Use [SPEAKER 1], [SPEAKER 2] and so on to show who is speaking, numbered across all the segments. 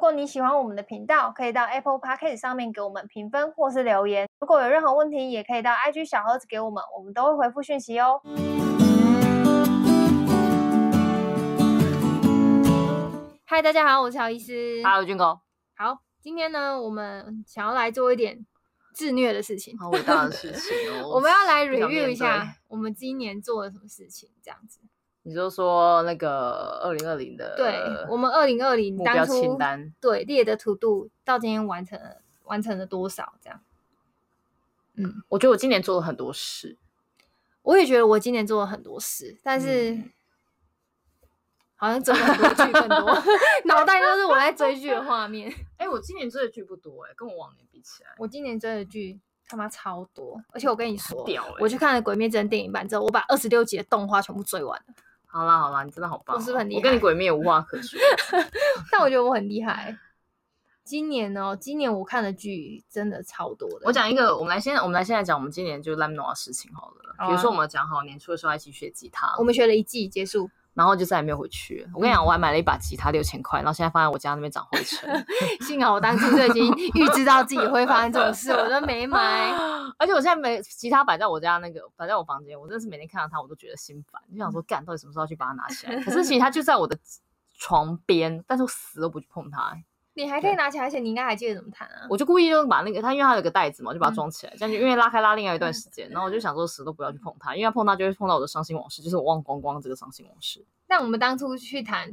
[SPEAKER 1] 果你喜欢我们的频道，可以到 Apple Podcast 上面给我们评分或是留言。如果有任何问题，也可以到 IG 小盒子给我们，我们都会回复讯息哦。嗨，大家好，我是乔医师。
[SPEAKER 2] 哈喽，军狗，
[SPEAKER 1] 好，今天呢，我们想要来做一点自虐的事情。
[SPEAKER 2] 好伟大的事情哦！
[SPEAKER 1] 我们要来
[SPEAKER 2] 不想
[SPEAKER 1] review
[SPEAKER 2] 面
[SPEAKER 1] 一下
[SPEAKER 2] 对，
[SPEAKER 1] 我们今年做了什么事情，这样子。
[SPEAKER 2] 你就说那个二零二零的
[SPEAKER 1] 对，我们二零二零
[SPEAKER 2] 呃目
[SPEAKER 1] 当
[SPEAKER 2] 标
[SPEAKER 1] 初
[SPEAKER 2] 清单，
[SPEAKER 1] 对列的 to do 到今天完成了完成了多少？这样，嗯，
[SPEAKER 2] 我觉得我今年做了很多事，
[SPEAKER 1] 我也觉得我今年做了很多事，但是、
[SPEAKER 2] 嗯
[SPEAKER 1] 好像追了很多剧更 多，脑袋都是我在追剧的画面。
[SPEAKER 2] 哎、我今年追的剧不多哎、跟我往年比起来，
[SPEAKER 1] 我今年追的剧他妈超多，而且我跟你说，
[SPEAKER 2] 屌哎、
[SPEAKER 1] 我去看了《鬼灭之刃》电影版之后，我把二十六集的动画全部追完了，
[SPEAKER 2] 好啦好啦，你真的好棒哦、
[SPEAKER 1] 我是不是很厉
[SPEAKER 2] 我跟你
[SPEAKER 1] 害
[SPEAKER 2] 鬼灭无话可说，
[SPEAKER 1] 但我觉得我很厉害。今年哦，今年我看的剧真的超多的。
[SPEAKER 2] 我讲一个，我们来先我们来现在讲我们今年就 l a m n o 的事情好了，
[SPEAKER 1] 好啊
[SPEAKER 2] 比如说我们讲好年初的时候要一起学吉他，
[SPEAKER 1] 我们学了一季结束，
[SPEAKER 2] 然后就再也没有回去了。我跟你讲，我还买了一把吉他六千块，然后现在放在我家那边长灰尘。
[SPEAKER 1] 幸好我当初就已经预知到自己会发生这种事，我都没买。
[SPEAKER 2] 而且我现在没吉他摆在我家那个摆在我房间，我真的是每天看到它我都觉得心烦，就想说干到底什么时候要去把它拿起来？可是其实它就在我的床边，但是我死都不去碰它、欸
[SPEAKER 1] 你还可以拿起来，而且你应该还记得怎么弹啊。
[SPEAKER 2] 我就故意就把那个它，因为它有个袋子嘛，我就把它
[SPEAKER 1] 嗯
[SPEAKER 2] 装起来，这样就因为拉开拉另外一段时间，然后我就想说死都不要去碰它，因为它碰它就会碰到我的伤心往事，就是我忘光光这个伤心往事。
[SPEAKER 1] 但我们当初去谈，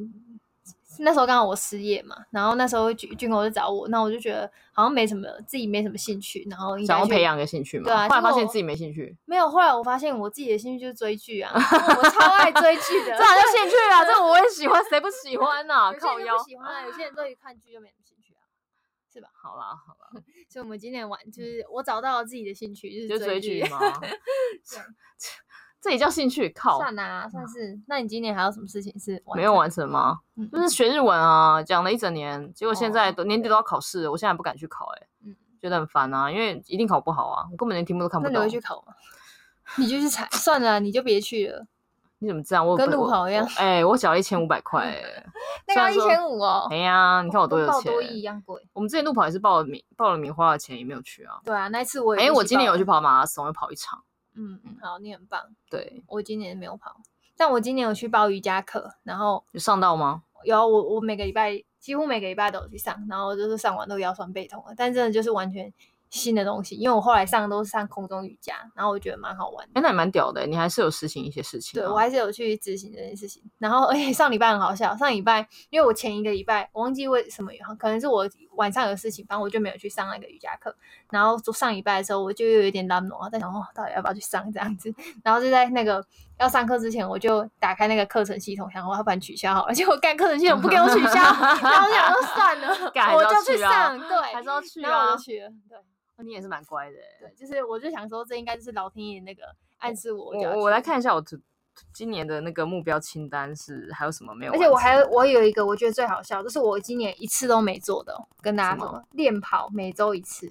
[SPEAKER 1] 那时候刚好我失业嘛，然后那时候军军狗就找我，那我就觉得好像没什么，自己没什么兴趣，然后应该
[SPEAKER 2] 想要
[SPEAKER 1] 去
[SPEAKER 2] 培养一个兴趣嘛，
[SPEAKER 1] 对啊
[SPEAKER 2] 后来
[SPEAKER 1] 结果
[SPEAKER 2] 发现自己没兴趣，
[SPEAKER 1] 没有。后来我发现我自己的兴趣就是追剧啊， 我超爱追剧的，
[SPEAKER 2] 这好像兴趣 啊，这我也喜欢，谁不喜欢呐、啊？
[SPEAKER 1] 有些人
[SPEAKER 2] 靠
[SPEAKER 1] 就
[SPEAKER 2] 腰
[SPEAKER 1] 不。喜欢啊，有些人对于看剧就没什么兴趣啊。
[SPEAKER 2] 好啦好啦，
[SPEAKER 1] 所以我们今天晚就是我找到了自己的兴趣，就
[SPEAKER 2] 嗯就是追剧
[SPEAKER 1] 剧。
[SPEAKER 2] 吗？这也叫兴趣？靠，
[SPEAKER 1] 算啦，算是。那你今年还有什么事情是
[SPEAKER 2] 嗯没有完成吗？
[SPEAKER 1] 嗯
[SPEAKER 2] 就是学日文啊，讲了一整年，结果现在
[SPEAKER 1] 哦
[SPEAKER 2] 都、年底都要考试了，我现在还不敢去考、欸，哎，
[SPEAKER 1] 嗯
[SPEAKER 2] 觉得很烦啊，因为一定考不好啊，我根本连题目都看不
[SPEAKER 1] 那
[SPEAKER 2] 懂。
[SPEAKER 1] 你会去考吗？你就去踩，算了，你就别去了。
[SPEAKER 2] 你怎么这样？我
[SPEAKER 1] 跟
[SPEAKER 2] 不
[SPEAKER 1] 路考一样
[SPEAKER 2] 我哎、我缴了一千五百块、欸，
[SPEAKER 1] 那
[SPEAKER 2] 虽
[SPEAKER 1] 个
[SPEAKER 2] 然
[SPEAKER 1] 一
[SPEAKER 2] 说
[SPEAKER 1] 千五哦
[SPEAKER 2] 哎，呀，你看我多有
[SPEAKER 1] 跟报
[SPEAKER 2] 钱。
[SPEAKER 1] 多一一样贵。
[SPEAKER 2] 我们之前路跑也是报了名，报了名花了钱也没有去啊。
[SPEAKER 1] 对啊，那一次我也
[SPEAKER 2] 哎、
[SPEAKER 1] 不
[SPEAKER 2] 我
[SPEAKER 1] 喜
[SPEAKER 2] 今年
[SPEAKER 1] 报
[SPEAKER 2] 有去，跑马拉松，又跑一场。
[SPEAKER 1] 嗯嗯，好，你很棒。
[SPEAKER 2] 对，
[SPEAKER 1] 我今年没有跑，但我今年有去报瑜伽课，然后
[SPEAKER 2] 有上到吗？
[SPEAKER 1] 有啊我我每个礼拜几乎每个礼拜都有去上，然后就是上完都腰酸背痛了，但真的就是完全新的东西，因为我后来上都是上空中瑜伽，然后我觉得蛮好玩的。
[SPEAKER 2] 哎、那也蛮屌的欸、你还是有实行一些事情、啊。
[SPEAKER 1] 对，我还是有去执行这件事情。然后，而且上礼拜很好笑，上礼拜因为我前一个礼拜我忘记为什么，可能是我晚上有事情，反正我就没有去上那个瑜伽课。然后上礼拜的时候，我就又有一点懒惰，在想哦，到底要不要去上这样子。然后就在那个要上课之前，我就打开那个课程系统，想我要不然取消好了。结果干课程系统不给我 取消，然后我想说算了，
[SPEAKER 2] 干还
[SPEAKER 1] 我
[SPEAKER 2] 是要
[SPEAKER 1] 就去
[SPEAKER 2] 去啊
[SPEAKER 1] 上，
[SPEAKER 2] 还
[SPEAKER 1] 对，
[SPEAKER 2] 是要去
[SPEAKER 1] 然后我
[SPEAKER 2] 啊
[SPEAKER 1] 就。去了，对。
[SPEAKER 2] 你也是蛮乖的、欸。
[SPEAKER 1] 对，就是我就想说，这应该就是老天爷那个暗示我。就要
[SPEAKER 2] 我我来
[SPEAKER 1] 去
[SPEAKER 2] 看一下我 to- 今年的那个目标清单是还有什么没有
[SPEAKER 1] 而
[SPEAKER 2] 完
[SPEAKER 1] 且
[SPEAKER 2] 成的？
[SPEAKER 1] 我还我有一个我觉得最好笑，就是我今年一次都没做的哦，跟大家
[SPEAKER 2] 什么
[SPEAKER 1] 说练跑每周一次，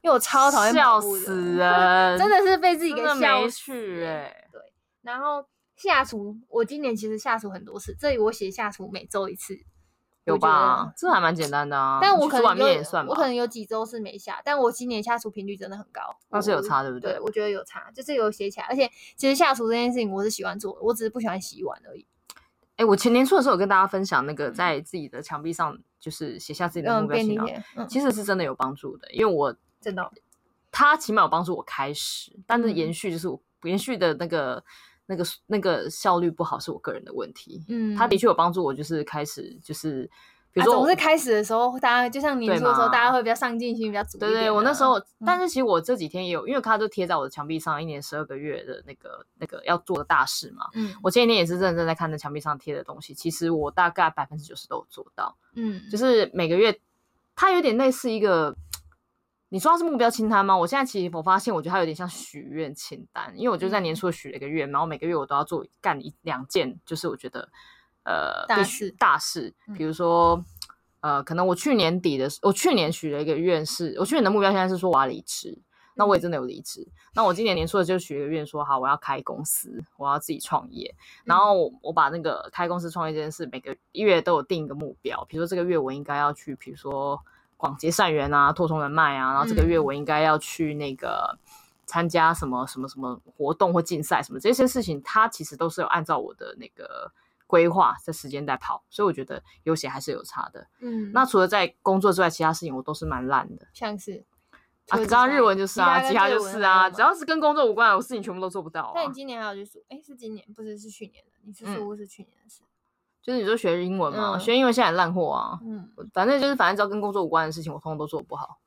[SPEAKER 1] 因为我超讨厌跑
[SPEAKER 2] 笑
[SPEAKER 1] 步的
[SPEAKER 2] 死人，
[SPEAKER 1] 真的是被自己给
[SPEAKER 2] 真的
[SPEAKER 1] 笑
[SPEAKER 2] 没
[SPEAKER 1] 死
[SPEAKER 2] 去
[SPEAKER 1] 欸
[SPEAKER 2] 哎。
[SPEAKER 1] 对，然后下厨，我今年其实下厨很多次，这里我写下厨每周一次，
[SPEAKER 2] 有
[SPEAKER 1] 我觉得
[SPEAKER 2] 吧？？这还蛮简单的啊。
[SPEAKER 1] 但
[SPEAKER 2] 你
[SPEAKER 1] 我
[SPEAKER 2] 去
[SPEAKER 1] 可
[SPEAKER 2] 煮
[SPEAKER 1] 能
[SPEAKER 2] 碗
[SPEAKER 1] 有
[SPEAKER 2] 面也算吧
[SPEAKER 1] 我可，能有几周是没下，但我今年下厨频率真的很高，
[SPEAKER 2] 那是有
[SPEAKER 1] 我
[SPEAKER 2] 差对不
[SPEAKER 1] 对，
[SPEAKER 2] 对？
[SPEAKER 1] 我觉得有差，就是有写起来，而且其实下厨这件事情我是喜欢做的，我只是不喜欢洗碗而已。
[SPEAKER 2] 哎，我前年初的时候有跟大家分享那个在自己的墙壁上就是写下自己的目
[SPEAKER 1] 嗯，
[SPEAKER 2] 标
[SPEAKER 1] 便利
[SPEAKER 2] 清单，
[SPEAKER 1] 店，嗯，
[SPEAKER 2] 其实是真的有帮助的，因为我
[SPEAKER 1] 真的哦
[SPEAKER 2] 它起码有帮助我开始，但是
[SPEAKER 1] 嗯
[SPEAKER 2] 延续就是我延续的那个那个那个效率不好是我个人的问题。
[SPEAKER 1] 嗯，
[SPEAKER 2] 它的确有帮助我，就是开始就是。比
[SPEAKER 1] 啊，
[SPEAKER 2] 如说我、
[SPEAKER 1] 总是开始的时候，大家就像年
[SPEAKER 2] 对
[SPEAKER 1] 初的时候，
[SPEAKER 2] 嘛
[SPEAKER 1] 大家会比较上进心，比较足一
[SPEAKER 2] 对
[SPEAKER 1] 点
[SPEAKER 2] 对，我那时
[SPEAKER 1] 啊
[SPEAKER 2] 候，但是其实我这几天也有，因为它就贴在我的墙壁上，一年十二个月的那个那个要做的大事嘛。
[SPEAKER 1] 嗯
[SPEAKER 2] 我前几天也是认真在看那墙壁上贴的东西，其实我大概百分之九十都有做到，
[SPEAKER 1] 嗯，
[SPEAKER 2] 就是是每个月，它有点类似一个，你说它是目标清单吗？我现在其实我发现，我觉得它有点像许愿清单，因为我就
[SPEAKER 1] 嗯
[SPEAKER 2] 在年初许了一个愿，然后每个月我都要做干一两件，就是我觉得呃
[SPEAKER 1] 大
[SPEAKER 2] 必须
[SPEAKER 1] 事
[SPEAKER 2] 大事
[SPEAKER 1] 嗯，
[SPEAKER 2] 比如说。呃，可能我去年底的时，我去年许了一个愿是，我去年的目标现在是说我要离职，那
[SPEAKER 1] 嗯
[SPEAKER 2] 我也真的有离职。那我今年年初的就许一个愿说，好，我要开公司，我要自己创业。然后我我把那个开公司创业这件事，每个月都有定一个目标，比如说这个月我应该要去，比如说广结善缘啊，拓充人脉啊，然后这个月
[SPEAKER 1] 嗯
[SPEAKER 2] 我应该要去那个。参加什么什么什么活动或竞赛什么这些事情，它其实都是有按照我的那个规划这时间在跑，所以我觉得悠闲还是有差的。
[SPEAKER 1] 嗯，
[SPEAKER 2] 那除了在工作之外，其他事情我都是蛮烂的
[SPEAKER 1] 像是
[SPEAKER 2] 啊。
[SPEAKER 1] 除了
[SPEAKER 2] 刚刚
[SPEAKER 1] 这
[SPEAKER 2] 日文就是啊，
[SPEAKER 1] 跟
[SPEAKER 2] 其他
[SPEAKER 1] 日
[SPEAKER 2] 就
[SPEAKER 1] 文
[SPEAKER 2] 是
[SPEAKER 1] 还有
[SPEAKER 2] 啊，
[SPEAKER 1] 吗
[SPEAKER 2] 只要是跟工作无关的我事情，全部都做不到啊
[SPEAKER 1] 那。你今年还有去数？哎，是今年，不是是去年的。你去
[SPEAKER 2] 嗯
[SPEAKER 1] 数是去年的事。
[SPEAKER 2] 就是你说学英文嘛，
[SPEAKER 1] 嗯
[SPEAKER 2] 学英文现在也烂货啊。
[SPEAKER 1] 嗯，
[SPEAKER 2] 反正就是，反正只要跟工作无关的事情，我通通都做不好。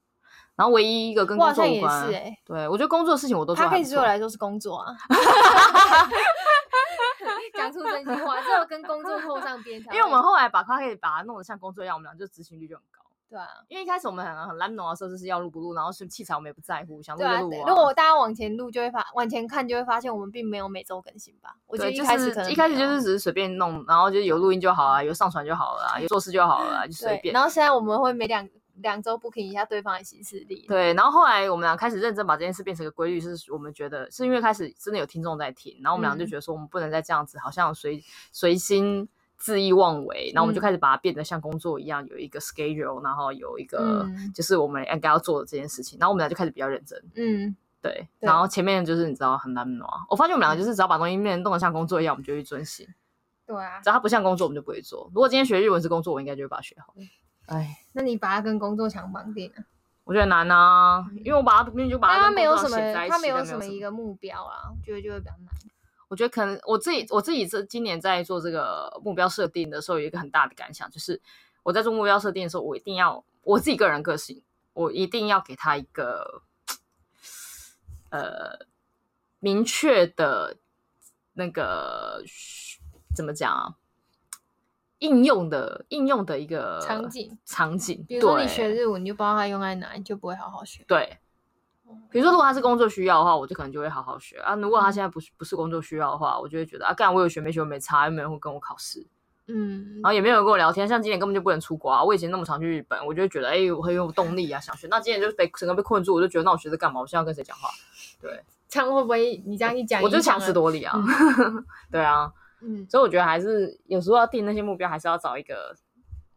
[SPEAKER 2] 然后唯一一个跟
[SPEAKER 1] 我好
[SPEAKER 2] 工作
[SPEAKER 1] 像
[SPEAKER 2] 无
[SPEAKER 1] 也
[SPEAKER 2] 关
[SPEAKER 1] 是，哎，
[SPEAKER 2] 对我觉得工作的事情我都做
[SPEAKER 1] 他
[SPEAKER 2] 得
[SPEAKER 1] 可
[SPEAKER 2] 还
[SPEAKER 1] 以
[SPEAKER 2] 不
[SPEAKER 1] 对我
[SPEAKER 2] 错。
[SPEAKER 1] 来说是工作 啊。讲出真心话，只有跟工作扣上边才会。
[SPEAKER 2] 因为我们后来把它可以把它弄得像工作一样，我们俩就执行率就很高。
[SPEAKER 1] 对啊，
[SPEAKER 2] 因为一开始我们很很懒惰的时候，就是要录不录，然后是器材我们也不在乎，想录
[SPEAKER 1] 对啊。
[SPEAKER 2] 就录、
[SPEAKER 1] 如果大家往前录，就会发往前看，就会发现我们并没有每周更新吧。我觉得
[SPEAKER 2] 对，
[SPEAKER 1] 一
[SPEAKER 2] 就
[SPEAKER 1] 开始可
[SPEAKER 2] 是
[SPEAKER 1] 能
[SPEAKER 2] 一开始
[SPEAKER 1] 没
[SPEAKER 2] 就
[SPEAKER 1] 有
[SPEAKER 2] 是只是随便弄，然后就是有录音就好啊，有上传就好了啊、有做事就好了啊、就随
[SPEAKER 1] 对，
[SPEAKER 2] 便
[SPEAKER 1] 然。后现在我们会每两两周 booking 一下对方的行事历。
[SPEAKER 2] 对，然后后来我们俩开始认真把这件事变成一个规律，是我们觉得是因为开始真的有听众在听，然后我们俩就
[SPEAKER 1] 嗯
[SPEAKER 2] 觉得说我们不能再这样子，好像随随心恣意妄为，然后我们就
[SPEAKER 1] 嗯
[SPEAKER 2] 开始把它变得像工作一样，有一个 schedule，然后有一个
[SPEAKER 1] 嗯
[SPEAKER 2] 就是我们应该要做的这件事情，然后我们俩就开始比较认真。
[SPEAKER 1] 嗯，
[SPEAKER 2] 对，
[SPEAKER 1] 对
[SPEAKER 2] 然后前面就是你知道很难挪，我发现我们两个就是只要把东西变得弄得像工作一样，我们就去遵行；
[SPEAKER 1] 对啊
[SPEAKER 2] 只。要它不像工作，我们就不会做。如果今天学日文是工作，我应该就会把它学好。哎，
[SPEAKER 1] 那你把它跟工作强绑定啊？
[SPEAKER 2] 我觉得很难啊，因为我把它明明就把
[SPEAKER 1] 但
[SPEAKER 2] 它
[SPEAKER 1] 它
[SPEAKER 2] 跟
[SPEAKER 1] 没有
[SPEAKER 2] 工
[SPEAKER 1] 什
[SPEAKER 2] 作
[SPEAKER 1] 么
[SPEAKER 2] 写在，一起，
[SPEAKER 1] 它没
[SPEAKER 2] 但
[SPEAKER 1] 有
[SPEAKER 2] 没
[SPEAKER 1] 什么一个目标啊，我觉得就会比较难。
[SPEAKER 2] 我觉得可能我自己我自己这今年在做这个目标设定的时候，有一个很大的感想，就是我在做目标设定的时候，我一定要我自己个人个性，我一定要给他一个呃明确的那个怎么讲啊？应用的应用的一个
[SPEAKER 1] 场景
[SPEAKER 2] 场景，
[SPEAKER 1] 比如说
[SPEAKER 2] 对
[SPEAKER 1] 你学日文，你就不知道它用在哪，你就不会好好学。
[SPEAKER 2] 对
[SPEAKER 1] 嗯，
[SPEAKER 2] 比如说如果他是工作需要的话，我就可能就会好好学啊。如果他现在不是不是工作需要的话，我就会觉得啊，干我有学没学没差，又没有人会跟我考试，
[SPEAKER 1] 嗯
[SPEAKER 2] 然，后也没有人跟我聊天。像今年根本就不能出国啊，我以前那么常去日本，我就会觉得哎、我很有动力啊，想学。那今年就是被整个被困住，我就觉得那我学这干嘛？我现在要跟谁讲话？
[SPEAKER 1] 这样会不会你这样一讲，
[SPEAKER 2] 我就
[SPEAKER 1] 影
[SPEAKER 2] 是
[SPEAKER 1] 响
[SPEAKER 2] 强词
[SPEAKER 1] 了。
[SPEAKER 2] 夺理啊， 对啊。
[SPEAKER 1] 嗯，
[SPEAKER 2] 所以我觉得还是有时候要定那些目标，还是要找一个。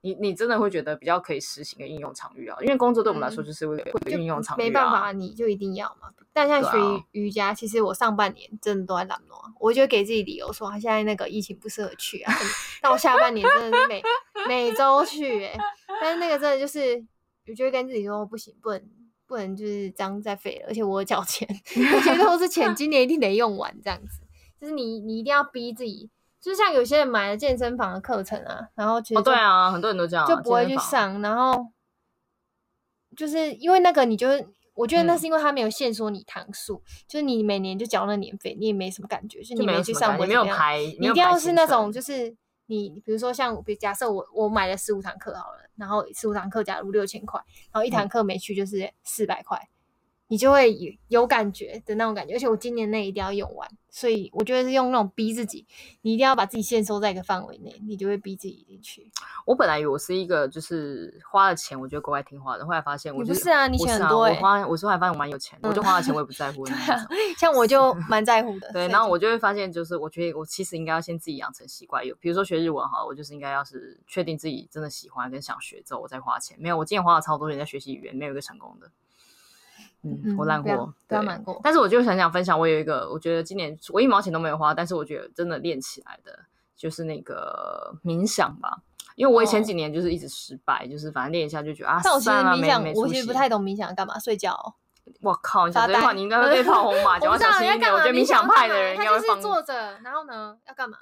[SPEAKER 2] 你你真的会觉得比较可以实行的应用场域啊，因为工作对我们来说
[SPEAKER 1] 嗯
[SPEAKER 2] 就是会会有一个应用场域、啊
[SPEAKER 1] 没办法，你就一定要嘛。但像
[SPEAKER 2] 对
[SPEAKER 1] 学
[SPEAKER 2] 啊
[SPEAKER 1] 瑜瑜伽，其实我上半年真的都在懒惰，啊我就给自己理由说，啊他现在那个疫情不适合去啊。什么但我下半年真的是每每周去、欸，但是那个真的就是，我就会跟自己说，不行，不能不能就是这样再废了，而且我有缴钱，我觉得都是钱，今年一定得用完这样子。就是你你一定要逼自己，就是像有些人买了健身房的课程啊，然后其实
[SPEAKER 2] 哦，对
[SPEAKER 1] 就
[SPEAKER 2] 啊，很多人都这样啊，
[SPEAKER 1] 就不会
[SPEAKER 2] 健
[SPEAKER 1] 去
[SPEAKER 2] 身房
[SPEAKER 1] 上，然后就是因为那个，你就是我觉得那
[SPEAKER 2] 嗯
[SPEAKER 1] 是因为他没有限缩你堂数，就是你每年就缴那年费，你也没什么感觉，就是
[SPEAKER 2] 就
[SPEAKER 1] 你
[SPEAKER 2] 没有
[SPEAKER 1] 去
[SPEAKER 2] 什么
[SPEAKER 1] 上
[SPEAKER 2] 感
[SPEAKER 1] 过
[SPEAKER 2] 觉没有
[SPEAKER 1] 怎么样
[SPEAKER 2] 排，没
[SPEAKER 1] 你一
[SPEAKER 2] 有
[SPEAKER 1] 定
[SPEAKER 2] 排
[SPEAKER 1] 要
[SPEAKER 2] 行
[SPEAKER 1] 是那
[SPEAKER 2] 程
[SPEAKER 1] 种就是你，比如说像，比假设我我买了十五堂课好了，然后十五堂课假如六千块，然后一
[SPEAKER 2] 嗯
[SPEAKER 1] 堂课没去就是四百块，你就会有有感觉的那种感觉。而且我今年内一定要用完，所以我觉得是用那种逼自己，你一定要把自己限缩在一个范围内，你就会逼自己一定去。
[SPEAKER 2] 我本来以为我是一个就是花了钱，我觉得国外挺花的，后来发现我
[SPEAKER 1] 你
[SPEAKER 2] 就
[SPEAKER 1] 不是啊你
[SPEAKER 2] 我
[SPEAKER 1] 钱
[SPEAKER 2] 是
[SPEAKER 1] 很
[SPEAKER 2] 啊
[SPEAKER 1] 多
[SPEAKER 2] 我
[SPEAKER 1] 欸嗯
[SPEAKER 2] 花我说还发现我蛮有钱的，我就花了钱我也不 在乎的那一种。
[SPEAKER 1] 像我就 蛮在乎的。
[SPEAKER 2] 对，
[SPEAKER 1] 所以
[SPEAKER 2] 然后
[SPEAKER 1] 就
[SPEAKER 2] 我就会发现，就是我觉得我其实应该要先自己养成习惯，有比如说学日文哈，我就是应该要是确定自己真的喜欢跟想学之后，我再花钱。没有，我今年花了超多钱在学习语言，没有一个成功的。嗯，我
[SPEAKER 1] 嗯
[SPEAKER 2] 烂
[SPEAKER 1] 不要
[SPEAKER 2] 货，
[SPEAKER 1] 不要
[SPEAKER 2] 对
[SPEAKER 1] 瞒过
[SPEAKER 2] 但是我就很想分享，我有一个，我觉得今年我一毛钱都没有花，但是我觉得真的练起来的，就是那个冥想吧。因为我以前
[SPEAKER 1] 哦
[SPEAKER 2] 几年就是一直失败，就是反正练一下就觉得啊，
[SPEAKER 1] 但我其实
[SPEAKER 2] 算了
[SPEAKER 1] 冥
[SPEAKER 2] 没
[SPEAKER 1] 想
[SPEAKER 2] 没，
[SPEAKER 1] 我
[SPEAKER 2] 出
[SPEAKER 1] 其实不
[SPEAKER 2] 息
[SPEAKER 1] 太懂冥想干嘛，睡觉哦、
[SPEAKER 2] 我靠，你
[SPEAKER 1] 发
[SPEAKER 2] 讲这句话，
[SPEAKER 1] 呆
[SPEAKER 2] 你应该会被炮轰吧？
[SPEAKER 1] 我
[SPEAKER 2] 讲话
[SPEAKER 1] 不知
[SPEAKER 2] 小
[SPEAKER 1] 道
[SPEAKER 2] 心
[SPEAKER 1] 要
[SPEAKER 2] 一点，
[SPEAKER 1] 干
[SPEAKER 2] 我
[SPEAKER 1] 嘛。
[SPEAKER 2] 觉得冥想
[SPEAKER 1] 要干
[SPEAKER 2] 派
[SPEAKER 1] 嘛
[SPEAKER 2] 的人应该
[SPEAKER 1] 他
[SPEAKER 2] 会
[SPEAKER 1] 就是
[SPEAKER 2] 放
[SPEAKER 1] 坐着，然后呢，要干嘛？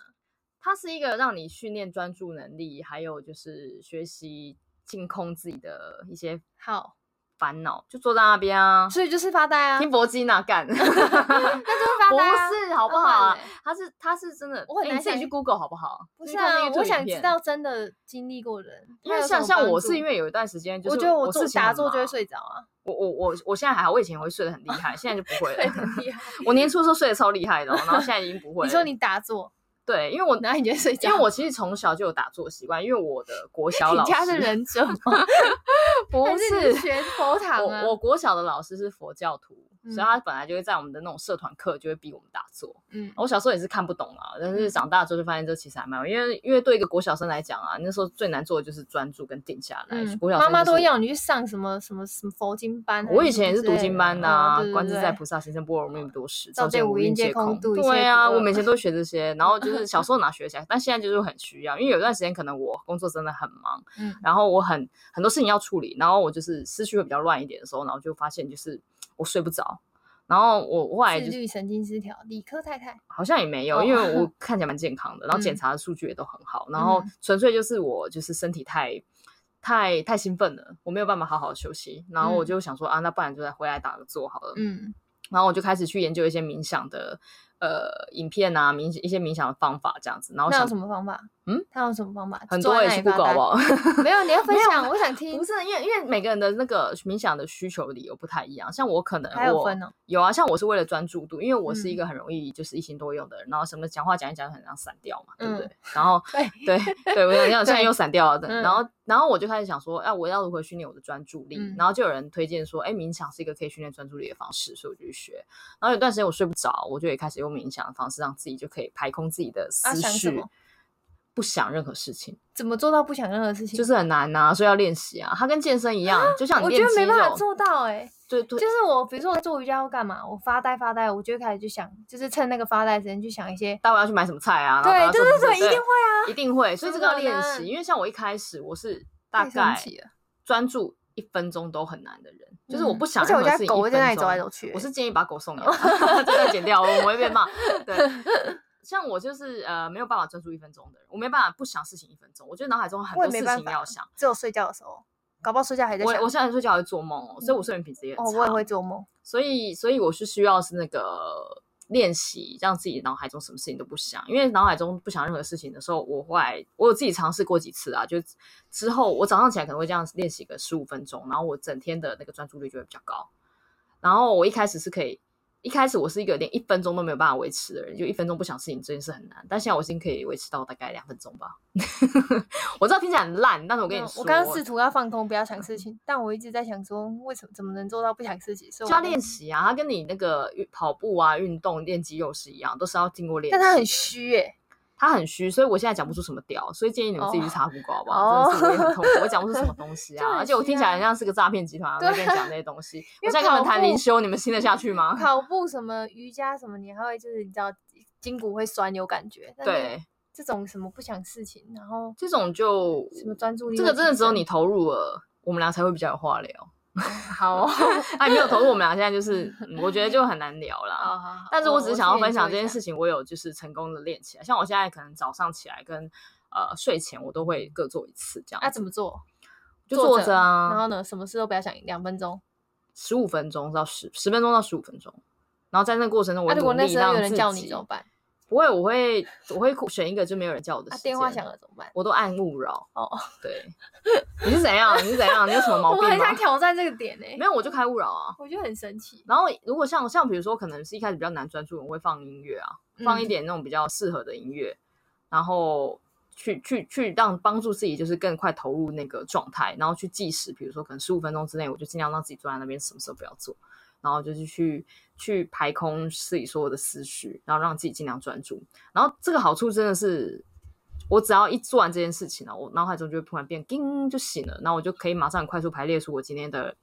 [SPEAKER 2] 它是一个让你训练专注能力，还有就是学习净空自己的一些
[SPEAKER 1] 好，
[SPEAKER 2] 烦恼，就坐在那边啊，
[SPEAKER 1] 所以就是发呆啊，
[SPEAKER 2] 听佛经 啊，干，不
[SPEAKER 1] 那就 是发呆、啊。
[SPEAKER 2] 是好不
[SPEAKER 1] 那
[SPEAKER 2] 好
[SPEAKER 1] 不然
[SPEAKER 2] 啊
[SPEAKER 1] 嘞？
[SPEAKER 2] 它是它是真的，
[SPEAKER 1] 我很
[SPEAKER 2] 哎
[SPEAKER 1] 难
[SPEAKER 2] 你自己
[SPEAKER 1] 想
[SPEAKER 2] 去
[SPEAKER 1] 象
[SPEAKER 2] Google 好不好？
[SPEAKER 1] 不
[SPEAKER 2] 你
[SPEAKER 1] 是
[SPEAKER 2] 去看那
[SPEAKER 1] 啊，
[SPEAKER 2] 个
[SPEAKER 1] 我
[SPEAKER 2] YouTube
[SPEAKER 1] 想
[SPEAKER 2] 影
[SPEAKER 1] 知
[SPEAKER 2] 片。
[SPEAKER 1] 道真的经历过的人，
[SPEAKER 2] 因为像像我是因
[SPEAKER 1] 为
[SPEAKER 2] 为有一段时间，就是
[SPEAKER 1] 我觉得
[SPEAKER 2] 我
[SPEAKER 1] 做
[SPEAKER 2] 事情
[SPEAKER 1] 打
[SPEAKER 2] 很
[SPEAKER 1] 坐就会
[SPEAKER 2] 忙，
[SPEAKER 1] 睡着啊，
[SPEAKER 2] 我我我我现在还好，我以前会睡得很 厉害，现在就不会
[SPEAKER 1] 睡得
[SPEAKER 2] 了。
[SPEAKER 1] 很厉害。
[SPEAKER 2] 我年初的时候睡得超厉害的哦，然后现在已经不会了。
[SPEAKER 1] 你说你打坐，
[SPEAKER 2] 对，因为我
[SPEAKER 1] 然后你就会睡觉，
[SPEAKER 2] 因为我其实从小就有打坐习惯，因为我的国小
[SPEAKER 1] 你
[SPEAKER 2] 老师
[SPEAKER 1] 家是忍 者吗？
[SPEAKER 2] 不
[SPEAKER 1] 还是你
[SPEAKER 2] 是
[SPEAKER 1] 学佛堂啊
[SPEAKER 2] 我我国小的老师是佛教徒，所以他本来就会在我们的那种社团课就会逼我们打坐。
[SPEAKER 1] 嗯
[SPEAKER 2] 我小时候也是看不懂啊，但是长大之后就发现这其实还蛮有，因为因为对一个国小生来讲啊，那时候最难做的就是专注跟定下来。
[SPEAKER 1] 嗯，
[SPEAKER 2] 国小生
[SPEAKER 1] 妈妈
[SPEAKER 2] 就是
[SPEAKER 1] 都要你去上什么什么什么佛经班还什么之类的，
[SPEAKER 2] 我以前也是读经班的、啊，
[SPEAKER 1] 嗯
[SPEAKER 2] 观自在菩
[SPEAKER 1] 对
[SPEAKER 2] 萨行深般若波罗蜜多时，
[SPEAKER 1] 照见
[SPEAKER 2] 见
[SPEAKER 1] 五
[SPEAKER 2] 蕴
[SPEAKER 1] 蕴皆
[SPEAKER 2] 空
[SPEAKER 1] 空。度一切
[SPEAKER 2] 对啊，
[SPEAKER 1] 苦厄
[SPEAKER 2] 我每天都学这些，然后就是小时候哪学起来，但现在就是很需要，因为有段时间可能我工作真的很忙，
[SPEAKER 1] 对对嗯，
[SPEAKER 2] 然后我很很多事情要处理，然后我就是思绪会比较乱一点的时候，然后就发现就是我睡不着，然后我我后来
[SPEAKER 1] 自
[SPEAKER 2] 就
[SPEAKER 1] 律神经失调，理科太太，
[SPEAKER 2] 好像也没有，
[SPEAKER 1] 哦
[SPEAKER 2] 因为我看起来蛮健康的，然
[SPEAKER 1] 嗯
[SPEAKER 2] 后检查的数据也都很好，然后
[SPEAKER 1] 嗯
[SPEAKER 2] 纯粹就是我就是身体太太太兴奋了，我没有办法好好休息，然后我
[SPEAKER 1] 嗯
[SPEAKER 2] 就想说、啊，那不然就再回来打个坐好了，
[SPEAKER 1] 嗯
[SPEAKER 2] 然后我就开始去研究一些冥想的呃影片啊，冥一些冥想的方法这样子，然后
[SPEAKER 1] 那有
[SPEAKER 2] 想
[SPEAKER 1] 什么方法？
[SPEAKER 2] 嗯，
[SPEAKER 1] 他有什么方法？
[SPEAKER 2] 很
[SPEAKER 1] 坐
[SPEAKER 2] 多
[SPEAKER 1] 在
[SPEAKER 2] 也
[SPEAKER 1] 那里
[SPEAKER 2] 是不
[SPEAKER 1] 发
[SPEAKER 2] 搞
[SPEAKER 1] 呆
[SPEAKER 2] 不好。
[SPEAKER 1] 没有，你要分
[SPEAKER 2] 没有啊
[SPEAKER 1] 享，我想听
[SPEAKER 2] 不。是因为因为每个人的那个冥想的需求理由不太一样，像我可能
[SPEAKER 1] 还有
[SPEAKER 2] 我
[SPEAKER 1] 分哦
[SPEAKER 2] 有啊，像我是为了专注度，因为我是
[SPEAKER 1] 嗯
[SPEAKER 2] 一个很容易就是一心多用的人，然后什么讲话讲一讲很想散掉嘛，对不对？
[SPEAKER 1] 嗯
[SPEAKER 2] 然后
[SPEAKER 1] 对，
[SPEAKER 2] 对对，我想想现在
[SPEAKER 1] 对
[SPEAKER 2] 又散掉了，
[SPEAKER 1] 嗯
[SPEAKER 2] 然后然后我就开始想说，啊，我要如何训练我的专注力？
[SPEAKER 1] 嗯
[SPEAKER 2] 然后就有人推荐说，哎，冥想是一个可以训练专注力的方式，所以我就去学。然后有段时间我睡不着，我就也开始用冥想的方式，让自己就可以排空自己的
[SPEAKER 1] 啊
[SPEAKER 2] 思
[SPEAKER 1] 想什
[SPEAKER 2] 绪，
[SPEAKER 1] 么
[SPEAKER 2] 不想任何事情。
[SPEAKER 1] 怎么做到不想任何事情？
[SPEAKER 2] 就是是很难呐、所以要练习啊。它跟健身一样，就像你
[SPEAKER 1] 我
[SPEAKER 2] 练
[SPEAKER 1] 觉得
[SPEAKER 2] 肌
[SPEAKER 1] 没办法
[SPEAKER 2] 肉，
[SPEAKER 1] 做到哎，
[SPEAKER 2] 对对
[SPEAKER 1] 就是我比如说我在做瑜伽要干嘛，我发呆发呆，我就会开始去想，就是趁那个发呆时间去想一些。
[SPEAKER 2] 待会要去买什么菜啊？然后
[SPEAKER 1] 对
[SPEAKER 2] 待会要
[SPEAKER 1] 对
[SPEAKER 2] 做
[SPEAKER 1] 对对，
[SPEAKER 2] 什
[SPEAKER 1] 一
[SPEAKER 2] 么
[SPEAKER 1] 定会啊！
[SPEAKER 2] 一定会。所以这个要练
[SPEAKER 1] 怎么可
[SPEAKER 2] 习，
[SPEAKER 1] 能
[SPEAKER 2] 因为像我一开始我是大
[SPEAKER 1] 太
[SPEAKER 2] 概
[SPEAKER 1] 神奇了，嗯
[SPEAKER 2] 专注一分钟都很难的人，就是我不想
[SPEAKER 1] 而且
[SPEAKER 2] 任
[SPEAKER 1] 我
[SPEAKER 2] 何
[SPEAKER 1] 家
[SPEAKER 2] 事情一分钟。
[SPEAKER 1] 狗会在那里走来走去欸，
[SPEAKER 2] 我是建议把狗送养， 这段剪掉，我不会被 骂。对，像我就是呃没有办法专注一分钟的人，我没办法不想事情一分钟，我觉得脑海中很
[SPEAKER 1] 我也
[SPEAKER 2] 多
[SPEAKER 1] 没
[SPEAKER 2] 事
[SPEAKER 1] 办
[SPEAKER 2] 情
[SPEAKER 1] 法
[SPEAKER 2] 要想。
[SPEAKER 1] 只有睡觉的时候，搞不好睡觉还在
[SPEAKER 2] 我
[SPEAKER 1] 想。
[SPEAKER 2] 我现在睡觉还会做梦哦，所以我睡眠品质也很
[SPEAKER 1] 哦，
[SPEAKER 2] 差。
[SPEAKER 1] 我也会做梦。
[SPEAKER 2] 所以，所以我是需要是那个练习，让自己脑海中什么事情都不想，因为脑海中不想任何事情的时候，我后来我有自己尝试过几次啊，就之后我早上起来可能会这样练习个十五分钟，然后我整天的那个专注率就会比较高。然后我一开始是可以，一开始我是一个连一分钟都没有办法维持的人，就一分钟不想事情这件事很难，但现在我已经可以维持到大概两分钟吧。 我知道听起来很烂，但是我
[SPEAKER 1] 我
[SPEAKER 2] 跟你说，
[SPEAKER 1] 嗯我刚刚试图要放空，不要想事情，但我一直在想说，为什么怎么能做到不想事情？所以
[SPEAKER 2] 就
[SPEAKER 1] 我
[SPEAKER 2] 要
[SPEAKER 1] 在
[SPEAKER 2] 练，习啊，它跟你那个运跑步啊、运动练肌肉是一样，都是要经过练习
[SPEAKER 1] 但
[SPEAKER 2] 的。
[SPEAKER 1] 它很虚哎，
[SPEAKER 2] 它很虚，所以我现在讲不出什么屌，所以建议你们自己去查 Google 好不好？
[SPEAKER 1] 哦
[SPEAKER 2] 真的是我也很痛苦，我讲不出什么东西
[SPEAKER 1] 就
[SPEAKER 2] 啊，
[SPEAKER 1] 很
[SPEAKER 2] 而且我听起来
[SPEAKER 1] 虚啊
[SPEAKER 2] 很像是个诈骗 集团啊，在
[SPEAKER 1] 对
[SPEAKER 2] 跟你讲那些东西。
[SPEAKER 1] 因
[SPEAKER 2] 我
[SPEAKER 1] 为
[SPEAKER 2] 现在跟你们谈
[SPEAKER 1] 跑步
[SPEAKER 2] 灵修，你们听得下去吗？
[SPEAKER 1] 跑步什么瑜伽什么，你还会就是你知道筋骨会酸有感觉，但是
[SPEAKER 2] 对，
[SPEAKER 1] 这种什么不想事情，然后
[SPEAKER 2] 这种就
[SPEAKER 1] 什么专注力
[SPEAKER 2] 这
[SPEAKER 1] 会提升，
[SPEAKER 2] 个真的只有你投入了，我们俩才会比较有话聊。
[SPEAKER 1] 好 哦
[SPEAKER 2] 哎，没有投入，我们俩现 在就是，嗯我觉得就很难聊啦。
[SPEAKER 1] 好好好
[SPEAKER 2] 但是我只是想要分享这件事
[SPEAKER 1] 情，
[SPEAKER 2] 情，我有就是成功的练起来。像我现在可能早上起来跟呃睡前，我都会各做一次这
[SPEAKER 1] 那
[SPEAKER 2] 样子，
[SPEAKER 1] 怎么做？
[SPEAKER 2] 就坐着
[SPEAKER 1] 啊然
[SPEAKER 2] 啊，
[SPEAKER 1] 后呢，什么事都不要想，两分钟。
[SPEAKER 2] 十五分钟到十十分钟到十五分钟，然后在那个过程中，我
[SPEAKER 1] 啊那如果
[SPEAKER 2] 努
[SPEAKER 1] 那
[SPEAKER 2] 力
[SPEAKER 1] 时候
[SPEAKER 2] 让
[SPEAKER 1] 有
[SPEAKER 2] 自
[SPEAKER 1] 人
[SPEAKER 2] 己
[SPEAKER 1] 叫你怎么办？
[SPEAKER 2] 不会，我会我会选一个就没有人叫我的
[SPEAKER 1] 啊
[SPEAKER 2] 时，间。
[SPEAKER 1] 电话响了怎么办？
[SPEAKER 2] 我都按勿扰。
[SPEAKER 1] 哦，
[SPEAKER 2] 对， 你是怎样？你是怎样？你有什么 毛
[SPEAKER 1] 我
[SPEAKER 2] 病
[SPEAKER 1] 很
[SPEAKER 2] 吗
[SPEAKER 1] 想？挑战这个点哎
[SPEAKER 2] 没，有，我就开勿扰啊。
[SPEAKER 1] 我觉得很神奇。
[SPEAKER 2] 然后如果像像比如说，可能是一开始比较难专注，我会放音乐啊，放一
[SPEAKER 1] 嗯
[SPEAKER 2] 点那种比较适合的音乐，然后去去去让帮助自己就是更快投入那个状态，然后去计时，比如说可能十五分钟之内，我就尽量让自己坐在那边，什么事都不要做，然后就是去去排空自己所有的思绪，然后让自己尽量专注。然后这个好处真的是。我只要一做完这件事情呢，啊我脑海中就会突然变叮就醒了，然后我就可以马上很快速排列出我今天的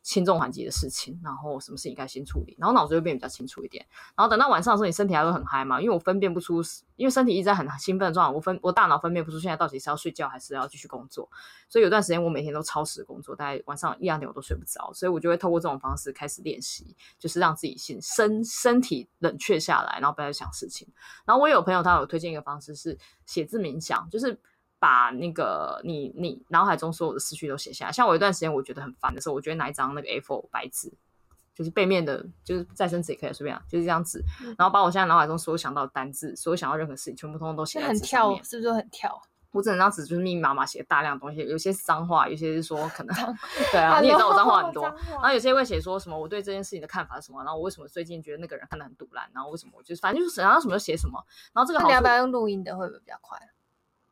[SPEAKER 2] 轻重缓急的事情，然后什么事情该先处理，然后脑子就会变得比较清楚一点。然后等到晚上的时候，你身体还会很嗨嘛？因为我分辨不出，因为身体一直在很兴奋的状态，我分我大脑分辨不出现在到底是要睡觉还是要继续工作。所以有段时间我每天都超时工作，大概晚上一两点我都睡不着，所以我就会透过这种方式开始练习，就是让自己心身身体冷却下来，然后不要去想事情。然后我也有朋友他有推荐一个方式是写字冥想，就是。把那个你你脑海中所有的思绪都写下来，像我有一段时间我觉得很烦的时候，我就会拿一张那个 A4 白纸，就是背面的，就是再生纸也可以随便啊，就是这样子
[SPEAKER 1] 嗯。
[SPEAKER 2] 然后把我现在脑海中所有想到的单字，所有想到任何事情，全部通通都写
[SPEAKER 1] 那
[SPEAKER 2] 在
[SPEAKER 1] 很
[SPEAKER 2] 纸上
[SPEAKER 1] 跳，
[SPEAKER 2] 面。
[SPEAKER 1] 是不是很跳？
[SPEAKER 2] 我整张纸就是密密麻麻写大量的东西，有些是脏话，有些是说可能 对啊，
[SPEAKER 1] Hello，
[SPEAKER 2] 你也知道我脏话很 多
[SPEAKER 1] 脏。
[SPEAKER 2] 然
[SPEAKER 1] 话
[SPEAKER 2] 后有些会写说什么我对这件事情的看法是什么，然后我为什么最近觉得那个人看得很堵烂，然后为什么我就是反正就是想到什么就写什么。然后这个
[SPEAKER 1] 那
[SPEAKER 2] 好
[SPEAKER 1] 你要
[SPEAKER 2] 处
[SPEAKER 1] 不要用录音的会不会比较快？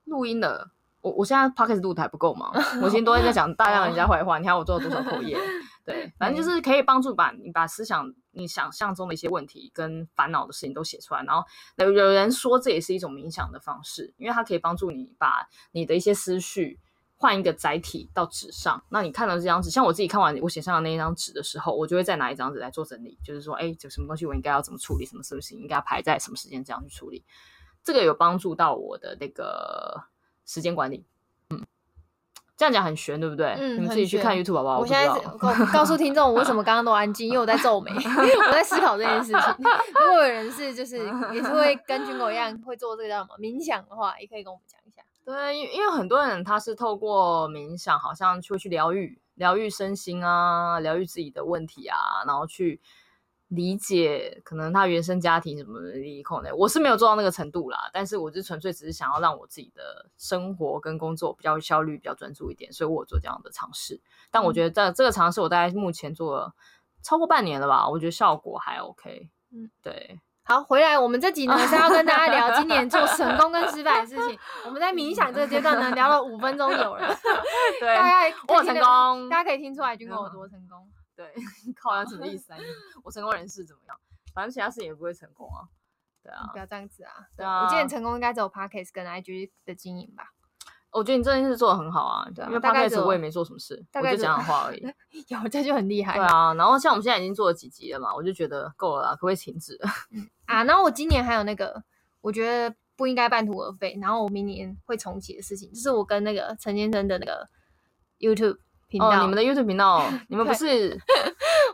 [SPEAKER 2] 录音的，我我现在 podcast 录的还不够吗？我今天都在讲大量人家坏话，你看我做了多少口业。对，反正就是可以帮助把你把思想、你想象中的一些问题跟烦恼的事情都写出来，然后有有人说这也是一种冥想的方式，因为它可以帮助你把你的一些思绪换一个载体到纸上。那你看到这张纸，像我自己看完我写上的那一张纸的时候，我就会再拿一张纸来做整理，就是说，哎，有什么东西我应该要怎么处理，什么事情应该排在什么时间这样去处理，这个有帮助到我的那个时间管理。嗯，这样讲很玄，对不对？
[SPEAKER 1] 嗯
[SPEAKER 2] 你们自
[SPEAKER 1] 很
[SPEAKER 2] 己去
[SPEAKER 1] 玄
[SPEAKER 2] 看 YouTube 好不好？
[SPEAKER 1] 我
[SPEAKER 2] 不
[SPEAKER 1] 现在
[SPEAKER 2] 知
[SPEAKER 1] 是
[SPEAKER 2] 道
[SPEAKER 1] 告告诉听众，我为什么刚刚都安静，因为我在皱眉， 我在思考这件事情。如果有人是就是也是会跟军狗一样会做这个叫什么冥想的话，也可以跟我们讲一下。
[SPEAKER 2] 对，因为因为很多人他是透过冥想，好像就会去疗愈、疗愈身心啊，疗愈自己的问题啊，然后去理解可能他原生家庭什么的利益控的。我是没有做到那个程度啦，但是我就纯粹只是想要让我自己的生活跟工作比较有效率、比较专注一点，所以我有做这样的尝试。但我觉得这这个尝试我大概目前做了超过半年了吧，我觉得效果还 OK。
[SPEAKER 1] 嗯
[SPEAKER 2] 嗯，对。
[SPEAKER 1] 好，回来我们这集呢是要跟大家聊今年做成功跟失败的事情。我们在冥想这个阶段呢聊了五分钟有了，
[SPEAKER 2] 对
[SPEAKER 1] 大概
[SPEAKER 2] 我有成功
[SPEAKER 1] 大家可以听出来军狗有多成功。
[SPEAKER 2] 对，靠要什么意思啊？你 我成功人士怎么样？反正其他事情也不会成功啊。对啊
[SPEAKER 1] 不，要这样子啊！
[SPEAKER 2] 对啊
[SPEAKER 1] 我今年成功应该只有 podcast 跟 IG 的经营 吧，
[SPEAKER 2] 我觉得你这件事做的很好啊，
[SPEAKER 1] 对啊
[SPEAKER 2] 因为
[SPEAKER 1] 大概
[SPEAKER 2] podcast
[SPEAKER 1] 只有
[SPEAKER 2] 我也没做什么事，
[SPEAKER 1] 大
[SPEAKER 2] 我
[SPEAKER 1] 概
[SPEAKER 2] 就
[SPEAKER 1] 只
[SPEAKER 2] 讲讲 话而已。
[SPEAKER 1] 有这就很厉害
[SPEAKER 2] 对啊，然后像我们现在已经做了几集了嘛，我就觉得够了啦，可不可以停止？
[SPEAKER 1] 啊！然后我今年还有那个，我觉得不应该半途而废，然后我明年会重启的事情，就是我跟那个陈先生的那个 YouTube 频道，
[SPEAKER 2] 哦，你们的 YouTube 频 道，你们不是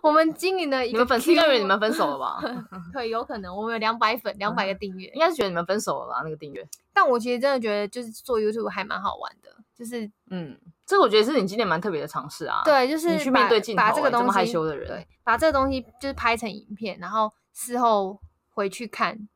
[SPEAKER 1] 我们经营的一
[SPEAKER 2] 你
[SPEAKER 1] 个
[SPEAKER 2] 们粉丝应该以
[SPEAKER 1] Q-
[SPEAKER 2] 为你们分手了吧？
[SPEAKER 1] 对，有可能我们有两百粉，两百个订阅
[SPEAKER 2] 应。该是觉得你们分手了吧？那个订阅，
[SPEAKER 1] 但我其实真的觉得，就是做 YouTube 还蛮好玩的，就是
[SPEAKER 2] 嗯，这个我觉得是你今年蛮特别的尝试啊。，
[SPEAKER 1] 对，就是
[SPEAKER 2] 你去
[SPEAKER 1] 把
[SPEAKER 2] 面对镜
[SPEAKER 1] 把
[SPEAKER 2] 头
[SPEAKER 1] 这
[SPEAKER 2] 欸
[SPEAKER 1] 个
[SPEAKER 2] 这
[SPEAKER 1] 东西
[SPEAKER 2] 么害羞的人
[SPEAKER 1] 对，把这个东西就是拍成影片，然后事后回去看，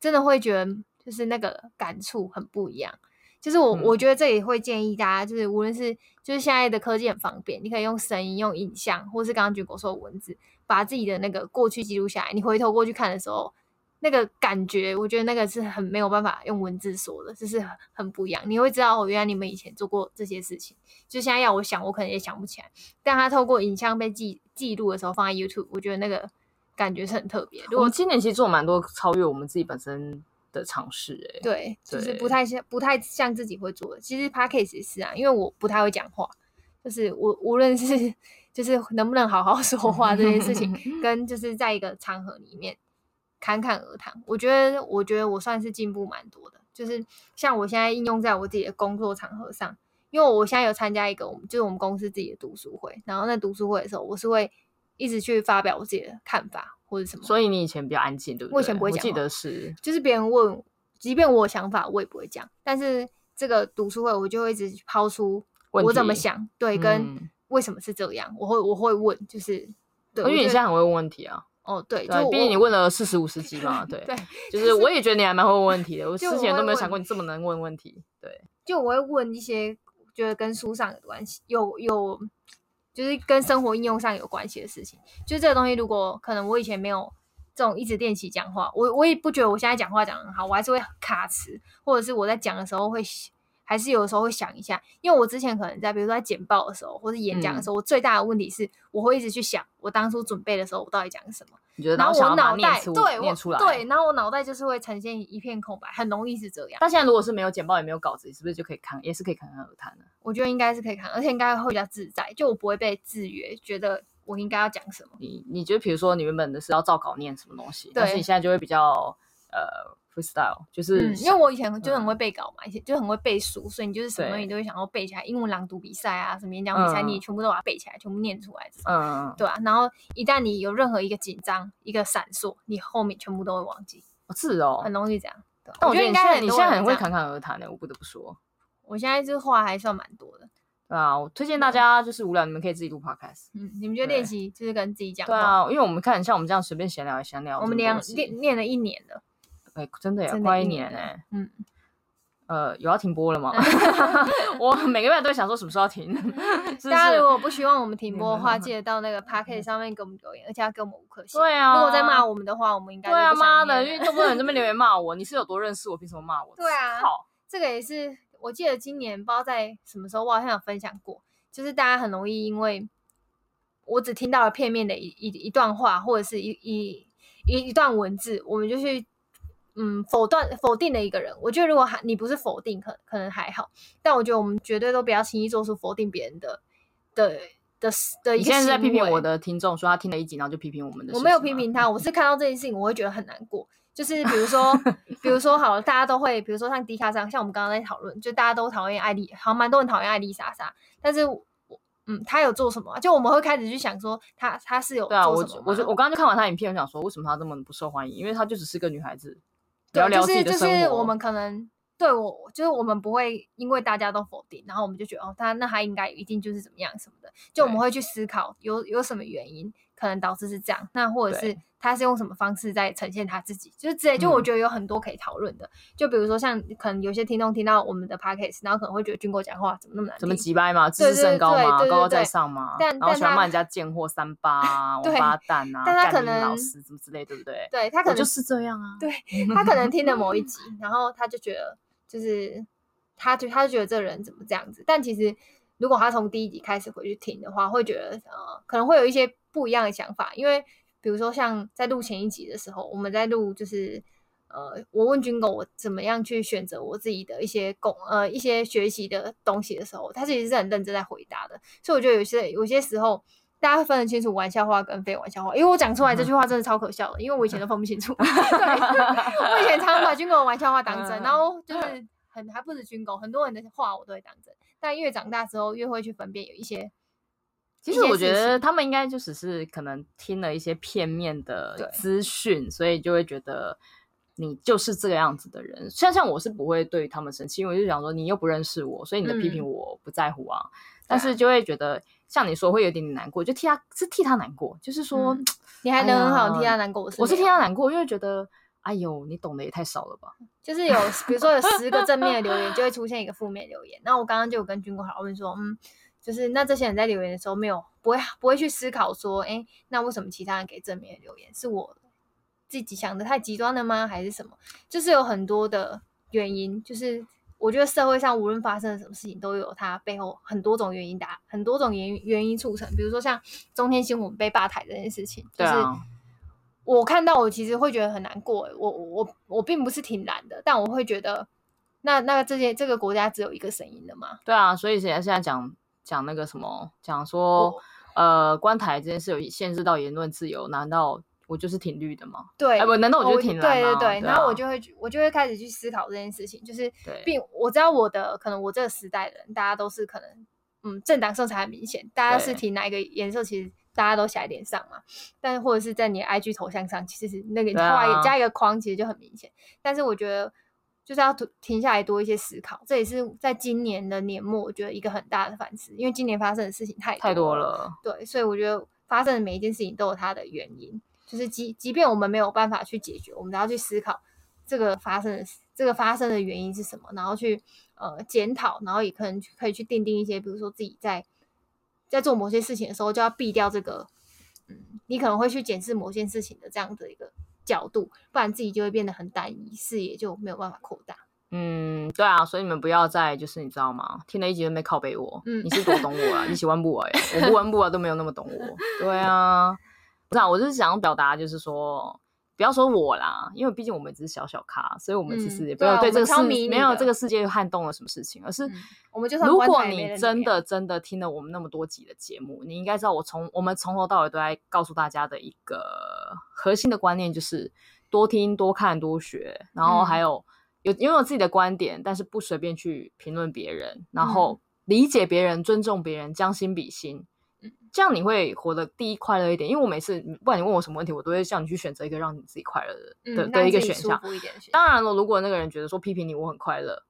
[SPEAKER 1] 真的会觉得就是那个感触很不一样。就是我、
[SPEAKER 2] 嗯
[SPEAKER 1] 我觉得这里会建议大家，就是无论是就是现在的科技很方便，你可以用声音、用影像，或是刚刚军国说的文字，把自己的那个过去记录下来。你回头过去看的时候，那个感觉，我觉得那个是很没有办法用文字说的，就是很很不一样。你会知道，哦，原来你们以前做过这些事情。就现在要我想，我可能也想不起来。但他透过影像被记记录的时候放在 YouTube，我觉得那个感觉是很特别。如
[SPEAKER 2] 我
[SPEAKER 1] 果
[SPEAKER 2] 们今年其实做蛮多超越我们自己本身的尝试、欸，哎，
[SPEAKER 1] 对，就是不
[SPEAKER 2] 对
[SPEAKER 1] 太像不太像自己会做的。其实 Podcast 也是啊，因为我不太会讲话，就是我无论是就是能不能好 好说话这件事情，跟就是在一个场合里面侃侃而谈，我觉得我觉得我算是进步蛮多的。就是像我现在应用在我自己的工作场合上，因为我现在有参加一个我们就是我们公司自己的读书会，然后那读书会的时候，我是会一直去发表我自己的看法或者什么。
[SPEAKER 2] 所以你以前比较安静，对不对？
[SPEAKER 1] 我以前不会
[SPEAKER 2] 我
[SPEAKER 1] 讲
[SPEAKER 2] 记
[SPEAKER 1] 话
[SPEAKER 2] 得是，
[SPEAKER 1] 就是别人问，即便我有想法，我也不会讲。但是这个读书会，我就会一直抛出
[SPEAKER 2] 问
[SPEAKER 1] 我怎么
[SPEAKER 2] 题
[SPEAKER 1] 想，对，跟
[SPEAKER 2] 嗯哦
[SPEAKER 1] 为什么是这样，我会我会问，就是对，我
[SPEAKER 2] 因为你
[SPEAKER 1] 觉得
[SPEAKER 2] 现在很会问问题啊，
[SPEAKER 1] 哦，对，就
[SPEAKER 2] 对，毕竟你
[SPEAKER 1] 我
[SPEAKER 2] 问了四十五十集 嘛，对，
[SPEAKER 1] 对，
[SPEAKER 2] 就是我也觉得你还蛮会问问题的，我
[SPEAKER 1] 就
[SPEAKER 2] 之
[SPEAKER 1] 我
[SPEAKER 2] 前
[SPEAKER 1] 会
[SPEAKER 2] 都没
[SPEAKER 1] 问
[SPEAKER 2] 有想过你这么能问问题，对，
[SPEAKER 1] 就我会问一些觉得跟书上有关系，有有就是跟生活应用上有关系的事情。就这个东西，如果可能我以前没有这种一直练习讲话，我我也不觉得我现在讲话讲得很好，我还是会卡词，或者是我在讲的时候会想还是有的时候会想一下，因为我之前可能在比如说在简报的时候或者演讲的时
[SPEAKER 2] 嗯
[SPEAKER 1] 候，我最大的问题是我会一直去想我当初准备的时候我到底讲什么。
[SPEAKER 2] 你觉得
[SPEAKER 1] 然
[SPEAKER 2] 后
[SPEAKER 1] 后
[SPEAKER 2] 想
[SPEAKER 1] 我
[SPEAKER 2] 要把它
[SPEAKER 1] 脑
[SPEAKER 2] 念
[SPEAKER 1] 袋
[SPEAKER 2] 出
[SPEAKER 1] 对
[SPEAKER 2] 念
[SPEAKER 1] 我
[SPEAKER 2] 出来，
[SPEAKER 1] 对，。然后我脑袋就是会呈现一片空白，很容易是这样。
[SPEAKER 2] 但现在如果是没有简报也没有稿子，是不是就可以侃，也是可以侃侃而谈的？
[SPEAKER 1] 我觉得应该是可以看，而且应该会比较自在，就我不会被制约，觉得我应该要讲什么。
[SPEAKER 2] 你你觉得，比如说你原本的是要照稿念什么东西，但是
[SPEAKER 1] 对
[SPEAKER 2] 你现在就会比较呃 freestyle，就是
[SPEAKER 1] 嗯，因为
[SPEAKER 2] 想、
[SPEAKER 1] 我以前就很会背稿嘛，以前就很会背书，所以你就是什么东西
[SPEAKER 2] 对
[SPEAKER 1] 都会想要背起来。英文朗读比赛啊，什么演讲比赛，
[SPEAKER 2] 嗯
[SPEAKER 1] 你也全部都把它背起来，全部念出来这种，
[SPEAKER 2] 嗯，嗯
[SPEAKER 1] 对啊。然后一旦你有任何一个紧张、一个闪烁，你后面全部都会忘记，
[SPEAKER 2] 哦是哦。
[SPEAKER 1] 很容易这样。对啊
[SPEAKER 2] 但我
[SPEAKER 1] 觉得
[SPEAKER 2] 你
[SPEAKER 1] 应
[SPEAKER 2] 现
[SPEAKER 1] 该
[SPEAKER 2] 在你
[SPEAKER 1] 多
[SPEAKER 2] 现在
[SPEAKER 1] 人
[SPEAKER 2] 很
[SPEAKER 1] 这
[SPEAKER 2] 会
[SPEAKER 1] 样
[SPEAKER 2] 侃侃而谈的，我不得不说。
[SPEAKER 1] 我现在这话还算蛮多的。
[SPEAKER 2] 对啊，我推荐大家就是无聊，你们可以自己录 podcast。
[SPEAKER 1] 嗯，你们就
[SPEAKER 2] 对
[SPEAKER 1] 练习，就是跟自己讲
[SPEAKER 2] 对
[SPEAKER 1] 话。
[SPEAKER 2] 啊，因为我们看像我们这样随便闲聊也闲聊这
[SPEAKER 1] 我
[SPEAKER 2] 么
[SPEAKER 1] 们
[SPEAKER 2] 多集，
[SPEAKER 1] 练练练了一年了，
[SPEAKER 2] 哎，真的呀，
[SPEAKER 1] 真的
[SPEAKER 2] 快
[SPEAKER 1] 一
[SPEAKER 2] 一
[SPEAKER 1] 年
[SPEAKER 2] 年
[SPEAKER 1] 了
[SPEAKER 2] 哎，
[SPEAKER 1] 嗯，
[SPEAKER 2] 呃，有要停播 了吗？我每个月都会想说什么时候要停，是不
[SPEAKER 1] 嗯大家
[SPEAKER 2] 是嗯
[SPEAKER 1] 如？果不希望我们停播的 话，记得到那个 p a c k e t 上面给我们留言，而且要给我们五颗星。
[SPEAKER 2] 对啊
[SPEAKER 1] 如果再骂我们的话，我们应该
[SPEAKER 2] 对啊，
[SPEAKER 1] 就不想
[SPEAKER 2] 妈的，因
[SPEAKER 1] 念
[SPEAKER 2] 为
[SPEAKER 1] 了
[SPEAKER 2] 都不能这边留言骂我，你是有多认识我，凭什么骂我？
[SPEAKER 1] 对啊
[SPEAKER 2] 操，
[SPEAKER 1] 这个也是，我记得今年不知道在什么时候，我好像有分享过，就是大家很容易因为我只听到了片面的一一一段话，或者是一一一一段文字，我们就去嗯否断否定了一个人。我觉得如果还你不是否定，可可能还好，但我觉得我们绝对都不要轻易做出否定别人的的的的一
[SPEAKER 2] 你
[SPEAKER 1] 个
[SPEAKER 2] 现在是在批
[SPEAKER 1] 行
[SPEAKER 2] 评
[SPEAKER 1] 为
[SPEAKER 2] 我的听众，说他听了一集，然后就批评我们的事情吗。
[SPEAKER 1] 我没有批评他，我是看到这件事情，我会觉得很难过。就是比如 说，比如说好了，大家都会，比如说像迪卡上，像我们刚刚在讨论，就大家都讨厌艾丽，好像蛮多人讨厌艾丽莎莎，但是我，嗯，她有做什么啊？就我们会开始去想说，她她是有
[SPEAKER 2] 对啊，
[SPEAKER 1] 做
[SPEAKER 2] 我
[SPEAKER 1] 什么
[SPEAKER 2] 我就
[SPEAKER 1] 吗
[SPEAKER 2] 我刚刚就看完他影片，我想说为什么他这么不受欢迎？因为他就只是个女孩子，
[SPEAKER 1] 对
[SPEAKER 2] 聊聊自己
[SPEAKER 1] 就
[SPEAKER 2] 的
[SPEAKER 1] 是
[SPEAKER 2] 生活。
[SPEAKER 1] 就是我们可能对我就是我们不会因为大家都否定，然后我们就觉得哦，他那他应该一定就是怎么样什么的，就我们
[SPEAKER 2] 对
[SPEAKER 1] 会去思考有有什么原因可能导致是这样，那或者是
[SPEAKER 2] 对
[SPEAKER 1] 他是用什么方式在呈现他自己，就是之类，就我
[SPEAKER 2] 嗯
[SPEAKER 1] 觉得有很多可以讨论的，就比如说像可能有些听众听到我们的 podcast，然后可能会觉得军哥讲话怎么那么难
[SPEAKER 2] 怎么
[SPEAKER 1] 听
[SPEAKER 2] 击败嘛，自
[SPEAKER 1] 对
[SPEAKER 2] 视
[SPEAKER 1] 对
[SPEAKER 2] 甚高
[SPEAKER 1] 对
[SPEAKER 2] 嘛，
[SPEAKER 1] 对
[SPEAKER 2] 高高
[SPEAKER 1] 对
[SPEAKER 2] 在
[SPEAKER 1] 对
[SPEAKER 2] 上嘛，
[SPEAKER 1] 但
[SPEAKER 2] 然后
[SPEAKER 1] 但
[SPEAKER 2] 喜欢
[SPEAKER 1] 他
[SPEAKER 2] 骂人家贱货、三八 啊、王
[SPEAKER 1] 对
[SPEAKER 2] 八蛋啊、
[SPEAKER 1] 但他
[SPEAKER 2] 干
[SPEAKER 1] 可
[SPEAKER 2] 你老
[SPEAKER 1] 能
[SPEAKER 2] 师怎么之类，对不对？
[SPEAKER 1] 对他
[SPEAKER 2] 我
[SPEAKER 1] 可能
[SPEAKER 2] 就是这样啊。
[SPEAKER 1] 对他可能听了某一集，然后他就觉得就是他就他就觉得这人怎么这样子，但其实如果他从第一集开始回去听的话，会觉得呃可能会有一些不一样的想法，因为比如说像在录前一集的时候，我们在录就是。呃，我问军狗我怎么样去选择我自己的一些共呃一些学习的东西的时候，他其实是很认真在回答的，所以我觉得有些有些时候大家会分得清楚玩笑话跟非玩笑话，因为我讲出来这句话真的超可笑的，因为我以前都分不清楚。 对，我以前常常把军狗的玩笑话当
[SPEAKER 2] 嗯
[SPEAKER 1] 真，然后就是很还不止军狗，很多人的话我都会当真，但越长大之后越会去分辨有一些。
[SPEAKER 2] 其
[SPEAKER 1] 一
[SPEAKER 2] 实
[SPEAKER 1] 些
[SPEAKER 2] 我
[SPEAKER 1] 事
[SPEAKER 2] 觉得
[SPEAKER 1] 情
[SPEAKER 2] 他们应该就只是可能听了一些片面的
[SPEAKER 1] 对
[SPEAKER 2] 资讯，所以就会觉得你就是这个样子的人。像像我是不会对于他们生气，因为我就想说你又不认识我，所以你的批评
[SPEAKER 1] 嗯
[SPEAKER 2] 我不在乎啊。但
[SPEAKER 1] 对啊
[SPEAKER 2] 是就会觉得像你说会有点难过，就替他是替他难过，就是说、
[SPEAKER 1] 嗯你还能很好替
[SPEAKER 2] 哎呀
[SPEAKER 1] 他难过，我是
[SPEAKER 2] 我是
[SPEAKER 1] 没
[SPEAKER 2] 替
[SPEAKER 1] 有
[SPEAKER 2] 他难过，因为觉得哎呦你懂得也太少了吧。
[SPEAKER 1] 就是有，比如说有十个正面的留言，就会出现一个负面留言。那我刚刚就有跟军哥讨论说，嗯，就是那这些人在留言的时候，没有不会不会去思考说，哎、那为什么其他人给正面的留言？是我自己想的太极端了吗？还是什么？就是有很多的原因，就是我觉得社会上无论发生了什么事情，都有它背后很多种原因达很多种原因原因促成。比如说像中天新闻被罢台这件事情，就
[SPEAKER 2] 对
[SPEAKER 1] 是
[SPEAKER 2] 啊
[SPEAKER 1] 我看到我其实会觉得很难过。欸我我我并不是挺懒的，但我会觉得，那那这些这个国家只有一个声音的吗？
[SPEAKER 2] 对啊，所以现在现在讲讲那个什么，讲说
[SPEAKER 1] 我
[SPEAKER 2] 呃，关台这件事有限制到言论自由，难道我就是挺绿的吗？
[SPEAKER 1] 对，哦
[SPEAKER 2] 哎不难道
[SPEAKER 1] 我
[SPEAKER 2] 我就挺懒
[SPEAKER 1] 对对
[SPEAKER 2] 吗
[SPEAKER 1] 对，
[SPEAKER 2] 对
[SPEAKER 1] 然后
[SPEAKER 2] 啊
[SPEAKER 1] 我就会去我就会开始去思考这件事情，就是
[SPEAKER 2] 对
[SPEAKER 1] 并我知道我的可能我这个时代的人，大家都是可能嗯政党色彩很明显，大家是
[SPEAKER 2] 对
[SPEAKER 1] 挺哪一个颜色，其实大家都写在脸上嘛，但是或者是在你的 IG 头像上，其实是那个
[SPEAKER 2] 对啊
[SPEAKER 1] 画一个加一个框，其实就很明显。但是我觉得就是要停停下来多一些思考，这也是在今年的年末，我觉得一个很大的反思，因为今年发生的事情太
[SPEAKER 2] 太多
[SPEAKER 1] 多了
[SPEAKER 2] 了。
[SPEAKER 1] 对，所以我觉得发生的每一件事情都有它的原因，就是即即便我们没有办法去解决，我们都要去思考这个发生的这个发生的原因是什么，然后去呃检讨，然后也可能去可以去奠定一些，比如说自己在在做某些事情的时候就要避掉这个，嗯，你可能会去检视某件事情的这样的一个角度，不然自己就会变得很单一，视野就没有办法扩大。
[SPEAKER 2] 嗯，对啊，所以你们不要再就是你知道吗？听了一集就没靠背我，
[SPEAKER 1] 嗯
[SPEAKER 2] 你是多懂 我啊，你喜欢不啊？我不闻不啊都没有那么懂我。对啊，不是啊，我就是想要表达就是说，不要说我啦，因为毕竟我们只是小小咖，所以我们其
[SPEAKER 1] 嗯
[SPEAKER 2] 实也没
[SPEAKER 1] 对啊
[SPEAKER 2] 有对
[SPEAKER 1] 我
[SPEAKER 2] 这
[SPEAKER 1] 们
[SPEAKER 2] 个世、
[SPEAKER 1] 超迷你
[SPEAKER 2] 没有
[SPEAKER 1] 的
[SPEAKER 2] 这个世界撼动了什么事情，而是、
[SPEAKER 1] 嗯我们就算
[SPEAKER 2] 如
[SPEAKER 1] 关
[SPEAKER 2] 果
[SPEAKER 1] 台也没
[SPEAKER 2] 你
[SPEAKER 1] 人
[SPEAKER 2] 真
[SPEAKER 1] 怎么
[SPEAKER 2] 的真的听了我们那么多集的节目，你应该知道我从我们从头到尾都在告诉大家的一个核心的观念就是多听、多看、多学，然后
[SPEAKER 1] 嗯
[SPEAKER 2] 还有、有拥有自己的观点，但是不随便去评论别人，然后理解别人、尊重别人、将心比心
[SPEAKER 1] 嗯。
[SPEAKER 2] 这样你会活得第一快乐一点，因为我每次不管你问我什么问题，我都会叫你去选择一个让你自己快乐的的、
[SPEAKER 1] 嗯，
[SPEAKER 2] 的
[SPEAKER 1] 让
[SPEAKER 2] 一个
[SPEAKER 1] 自己
[SPEAKER 2] 选
[SPEAKER 1] 舒
[SPEAKER 2] 项。
[SPEAKER 1] 服一点的选项
[SPEAKER 2] 当然了，如果那个人觉得说批评你我很快乐，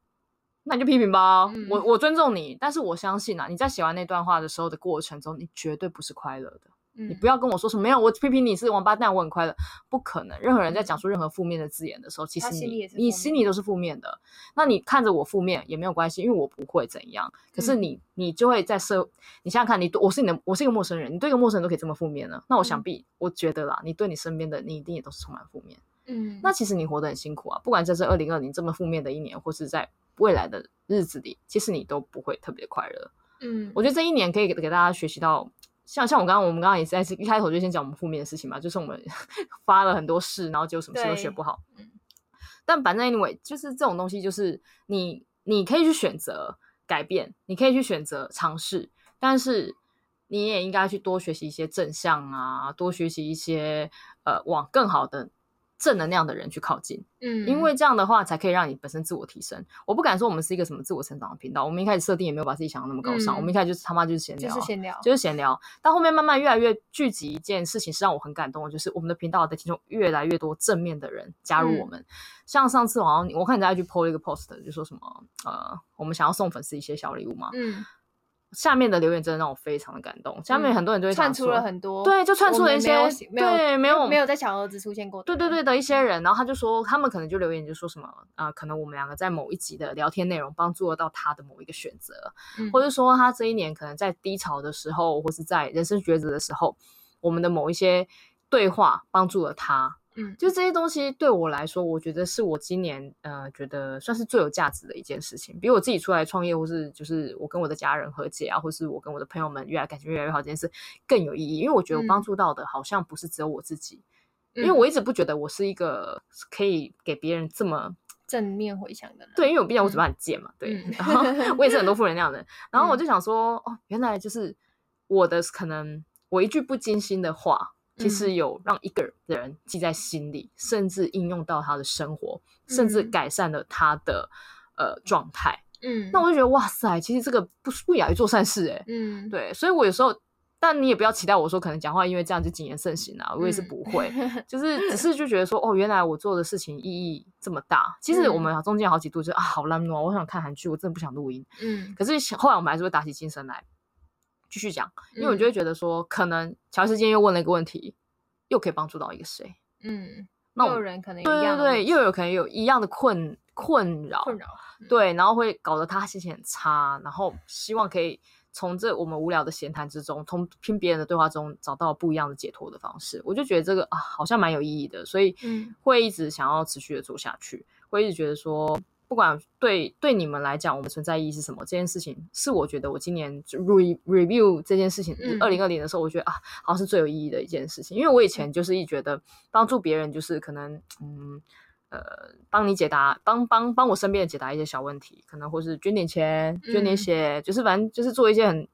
[SPEAKER 2] 那你就批评吧，哦
[SPEAKER 1] 嗯
[SPEAKER 2] 我我尊重你，但是我相信啊，你在写完那段话的时候的过程中，你绝对不是快乐的。
[SPEAKER 1] 嗯，
[SPEAKER 2] 你不要跟我说什么没有，我批评你是王八蛋，我很快乐，不可能。任何人在讲出任何负面的字眼的时候，其
[SPEAKER 1] 嗯
[SPEAKER 2] 实
[SPEAKER 1] 他心里
[SPEAKER 2] 你
[SPEAKER 1] 也是
[SPEAKER 2] 你
[SPEAKER 1] 负面
[SPEAKER 2] 心里都是负面的。那你看着我负面也没有关系，因为我不会怎样。可是
[SPEAKER 1] 嗯
[SPEAKER 2] 你你就会在社，你想想看，你我是你的，我是一个陌生人，你对一个陌生人都可以这么负面了，那我想
[SPEAKER 1] 嗯
[SPEAKER 2] 必我觉得啦，你对你身边的你一定也都是充满负面。
[SPEAKER 1] 嗯，
[SPEAKER 2] 那其实你活得很辛苦啊，不管这是二零二零这么负面的一年，或是在未来的日子里，其实你都不会特别快乐。
[SPEAKER 1] 嗯，
[SPEAKER 2] 我觉得这一年可以给给大家学习到像像我刚刚我们刚刚也是在一开头就先讲我们负面的事情嘛，就是我们 发了很多事，然后结果什么事都学不好。但反正 anyway，就是这种东西，就是你你可以去选择改变，你可以去选择尝试，但是你也应该去多学习一些正向啊，多学习一些呃往更好的正能量的人去靠近。
[SPEAKER 1] 嗯，
[SPEAKER 2] 因为这样的话才可以让你本身自我提升。我不敢说我们是一个什么自我成长的频道，我们一开始设定也没有把自己想的那么高尚，
[SPEAKER 1] 嗯
[SPEAKER 2] 我们一开始就是他妈就是闲聊
[SPEAKER 1] 就
[SPEAKER 2] 啊，
[SPEAKER 1] 是闲聊，
[SPEAKER 2] 就是闲聊。但后面慢慢越来越聚集一件事情，是让我很感动的，就是我们的频道的听众越来越多正面的人加入
[SPEAKER 1] 嗯
[SPEAKER 2] 我们。像上次好像你我看你在去 PO 了一个 post，就说什么呃，我们想要送粉丝一些小礼物嘛。
[SPEAKER 1] 嗯，
[SPEAKER 2] 下面的留言真的让我非常的感动，下面
[SPEAKER 1] 嗯
[SPEAKER 2] 很多人就会
[SPEAKER 1] 窜
[SPEAKER 2] 讲
[SPEAKER 1] 出
[SPEAKER 2] 说
[SPEAKER 1] 了很多，
[SPEAKER 2] 对，就窜
[SPEAKER 1] 哦我
[SPEAKER 2] 出了
[SPEAKER 1] 们
[SPEAKER 2] 一
[SPEAKER 1] 没
[SPEAKER 2] 些
[SPEAKER 1] 有没有
[SPEAKER 2] 对没有
[SPEAKER 1] 没有在小盒子出现过的
[SPEAKER 2] 对
[SPEAKER 1] 人，
[SPEAKER 2] 对对的一些人，然后他就说，他们可能就留言就说什么，啊，可能我们两个在某一集的聊天内容帮助得到他的某一个选择，
[SPEAKER 1] 嗯，
[SPEAKER 2] 或者说他这一年可能在低潮的时候，或是在人生抉择的时候，我们的某一些对话帮助了他。
[SPEAKER 1] 嗯，
[SPEAKER 2] 就这些东西对我来说，我觉得是我今年呃觉得算是最有价值的一件事情，比我自己出来创业，或是就是我跟我的家人和解啊，或是我跟我的朋友们越来感情越来越好这件事更有意义，因为我觉得我帮
[SPEAKER 1] 嗯
[SPEAKER 2] 助到的好像不是只有我自己，因
[SPEAKER 1] 嗯
[SPEAKER 2] 为我一直不觉得我是一个可以给别人这么
[SPEAKER 1] 正面回想的人，
[SPEAKER 2] 对，因为我毕竟我嘴
[SPEAKER 1] 嗯
[SPEAKER 2] 巴很贱嘛，对，
[SPEAKER 1] 嗯
[SPEAKER 2] 然后我也是很多负能量 的人，然后我就想说，哦，原来就是我的可能我一句不经心的话，其
[SPEAKER 1] 嗯
[SPEAKER 2] 实有让一个人记在心里，甚至应用到他的生活，甚至
[SPEAKER 1] 嗯
[SPEAKER 2] 改善了他的呃状态。
[SPEAKER 1] 嗯，
[SPEAKER 2] 那我就觉得哇塞，其实这个不不亚于做善事哎、
[SPEAKER 1] 嗯，
[SPEAKER 2] 对，所以我有时候，但你也不要期待我说可能讲话因为这样就谨言慎行啊，我也是
[SPEAKER 1] 嗯
[SPEAKER 2] 不会， 就是只是就觉得说，哦，原来我做的事情意义这么大。其
[SPEAKER 1] 嗯
[SPEAKER 2] 实我们中间有好几度就是、啊，好烂哦，我想看韩剧，我真的不想录音。
[SPEAKER 1] 嗯，
[SPEAKER 2] 可是后来我们还是会打起精神来继续讲，因为我就
[SPEAKER 1] 得
[SPEAKER 2] 会觉得说，可能乔治今天又问了一个问题，又可以帮助到一个谁？
[SPEAKER 1] 嗯，
[SPEAKER 2] 那
[SPEAKER 1] 又
[SPEAKER 2] 我
[SPEAKER 1] 有
[SPEAKER 2] 们
[SPEAKER 1] 人可能有一
[SPEAKER 2] 对对
[SPEAKER 1] 样的
[SPEAKER 2] 对，
[SPEAKER 1] 问题
[SPEAKER 2] 又有可能有一样的困困扰，
[SPEAKER 1] 困扰，嗯
[SPEAKER 2] 对，然后会搞得他心情很差，然后希望可以从这我们无聊的闲谈之中，从听别人的对话中找到不一样的解脱的方式。我就觉得这个啊，好像蛮有意义的，所以
[SPEAKER 1] 嗯
[SPEAKER 2] 会一直想要持续的做下去，会一直觉得说。不管对对你们来讲，我们存在意义是什么？这件事情是我觉得我今年就 re review 这件事情，
[SPEAKER 1] 嗯
[SPEAKER 2] 二零二零的时候，我觉得啊，好像是最有意义的一件事情。因为我以前
[SPEAKER 1] 嗯
[SPEAKER 2] 就是一觉得帮助别人，就是可能嗯呃，帮你解答，帮帮帮我身边人解答一些小问题，可能或是捐点钱、捐点
[SPEAKER 1] 嗯
[SPEAKER 2] 血，就是反正就是做一些很，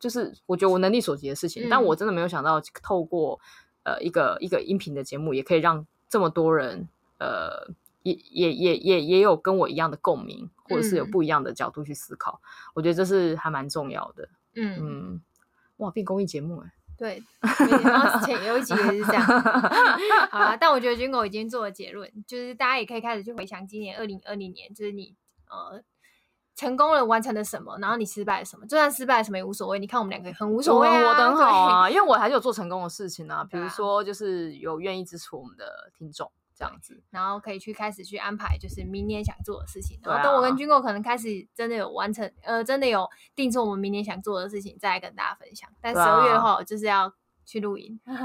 [SPEAKER 2] 就是我觉得我能力所及的事情。但我
[SPEAKER 1] 嗯
[SPEAKER 2] 真的没有想到，透过呃一个一个音频的节目，也可以让这么多人呃也也也也也有跟我一样的共鸣，或者是有
[SPEAKER 1] 嗯
[SPEAKER 2] 不一样的角度去思考。我觉得这是还蛮重要的。
[SPEAKER 1] 嗯，
[SPEAKER 2] 嗯，哇，变公益节目哎、
[SPEAKER 1] 对， 每年然后前有一集也是这样。 好啦，但我觉得军狗已经做了结论，就是大家也可以开始去回想今年二零二零年，就是你呃成功了完成了什么，然后你失败了什么，就算失败了什么也无所谓。你看我们两个很无所谓、啊，
[SPEAKER 2] 我我的很
[SPEAKER 1] 对
[SPEAKER 2] 好，啊，因为我还是有做成功的事情啊，比
[SPEAKER 1] 对
[SPEAKER 2] 如
[SPEAKER 1] 啊
[SPEAKER 2] 说就是有愿意支持我们的听众这样子。
[SPEAKER 1] 然后可以去开始去安排，就是明年想做的事情。
[SPEAKER 2] 对
[SPEAKER 1] 然后等我
[SPEAKER 2] 啊
[SPEAKER 1] 跟军购可能开始真的有完成，呃，真的有定出我们明年想做的事情，再来跟大家分享。但十
[SPEAKER 2] 对啊
[SPEAKER 1] 二月的话，我就是要去露 营，嗯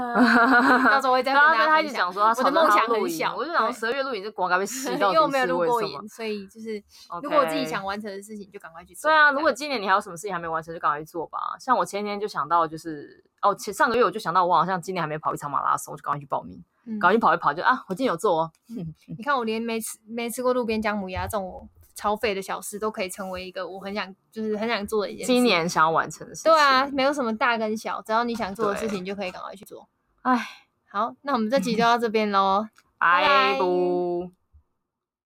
[SPEAKER 1] 到时候我会再
[SPEAKER 2] 然
[SPEAKER 1] 跟
[SPEAKER 2] 后
[SPEAKER 1] 大
[SPEAKER 2] 他
[SPEAKER 1] 家
[SPEAKER 2] 他
[SPEAKER 1] 分
[SPEAKER 2] 一直
[SPEAKER 1] 享。
[SPEAKER 2] 讲说他
[SPEAKER 1] 我的
[SPEAKER 2] 吵着
[SPEAKER 1] 梦
[SPEAKER 2] 他要
[SPEAKER 1] 想很
[SPEAKER 2] 露营
[SPEAKER 1] 小
[SPEAKER 2] 我就想
[SPEAKER 1] 对
[SPEAKER 2] 十二月录影这广告被 吸
[SPEAKER 1] 因
[SPEAKER 2] 到底
[SPEAKER 1] 为
[SPEAKER 2] 是
[SPEAKER 1] 我没有录
[SPEAKER 2] 为
[SPEAKER 1] 过
[SPEAKER 2] 什么
[SPEAKER 1] 瘾，所以就是如
[SPEAKER 2] OK
[SPEAKER 1] 果我自己想完成的事情，就赶快去做。
[SPEAKER 2] 对啊，如
[SPEAKER 1] 这
[SPEAKER 2] 果
[SPEAKER 1] 样
[SPEAKER 2] 今年你还有什么事情还没完成，就赶快去做吧。像我前天就想到，就是哦，前上个月我就想到，我好像今年还没跑一场马拉松，我就赶快去报名，
[SPEAKER 1] 嗯
[SPEAKER 2] 赶快去跑一跑，就啊，我今年有做哦。
[SPEAKER 1] 你看，我连没吃没吃过路边姜母鸭这种超费的小事，都可以成为一个我很想就是很想做的一件事。
[SPEAKER 2] 今年想要完成的事情。
[SPEAKER 1] 对啊，，没有什么大跟小，只要你想做的事
[SPEAKER 2] 对
[SPEAKER 1] 情，就可以赶快去做。
[SPEAKER 2] 哎，
[SPEAKER 1] 好，那我们这集就到这边喽。
[SPEAKER 2] 拜
[SPEAKER 1] 拜
[SPEAKER 2] 不。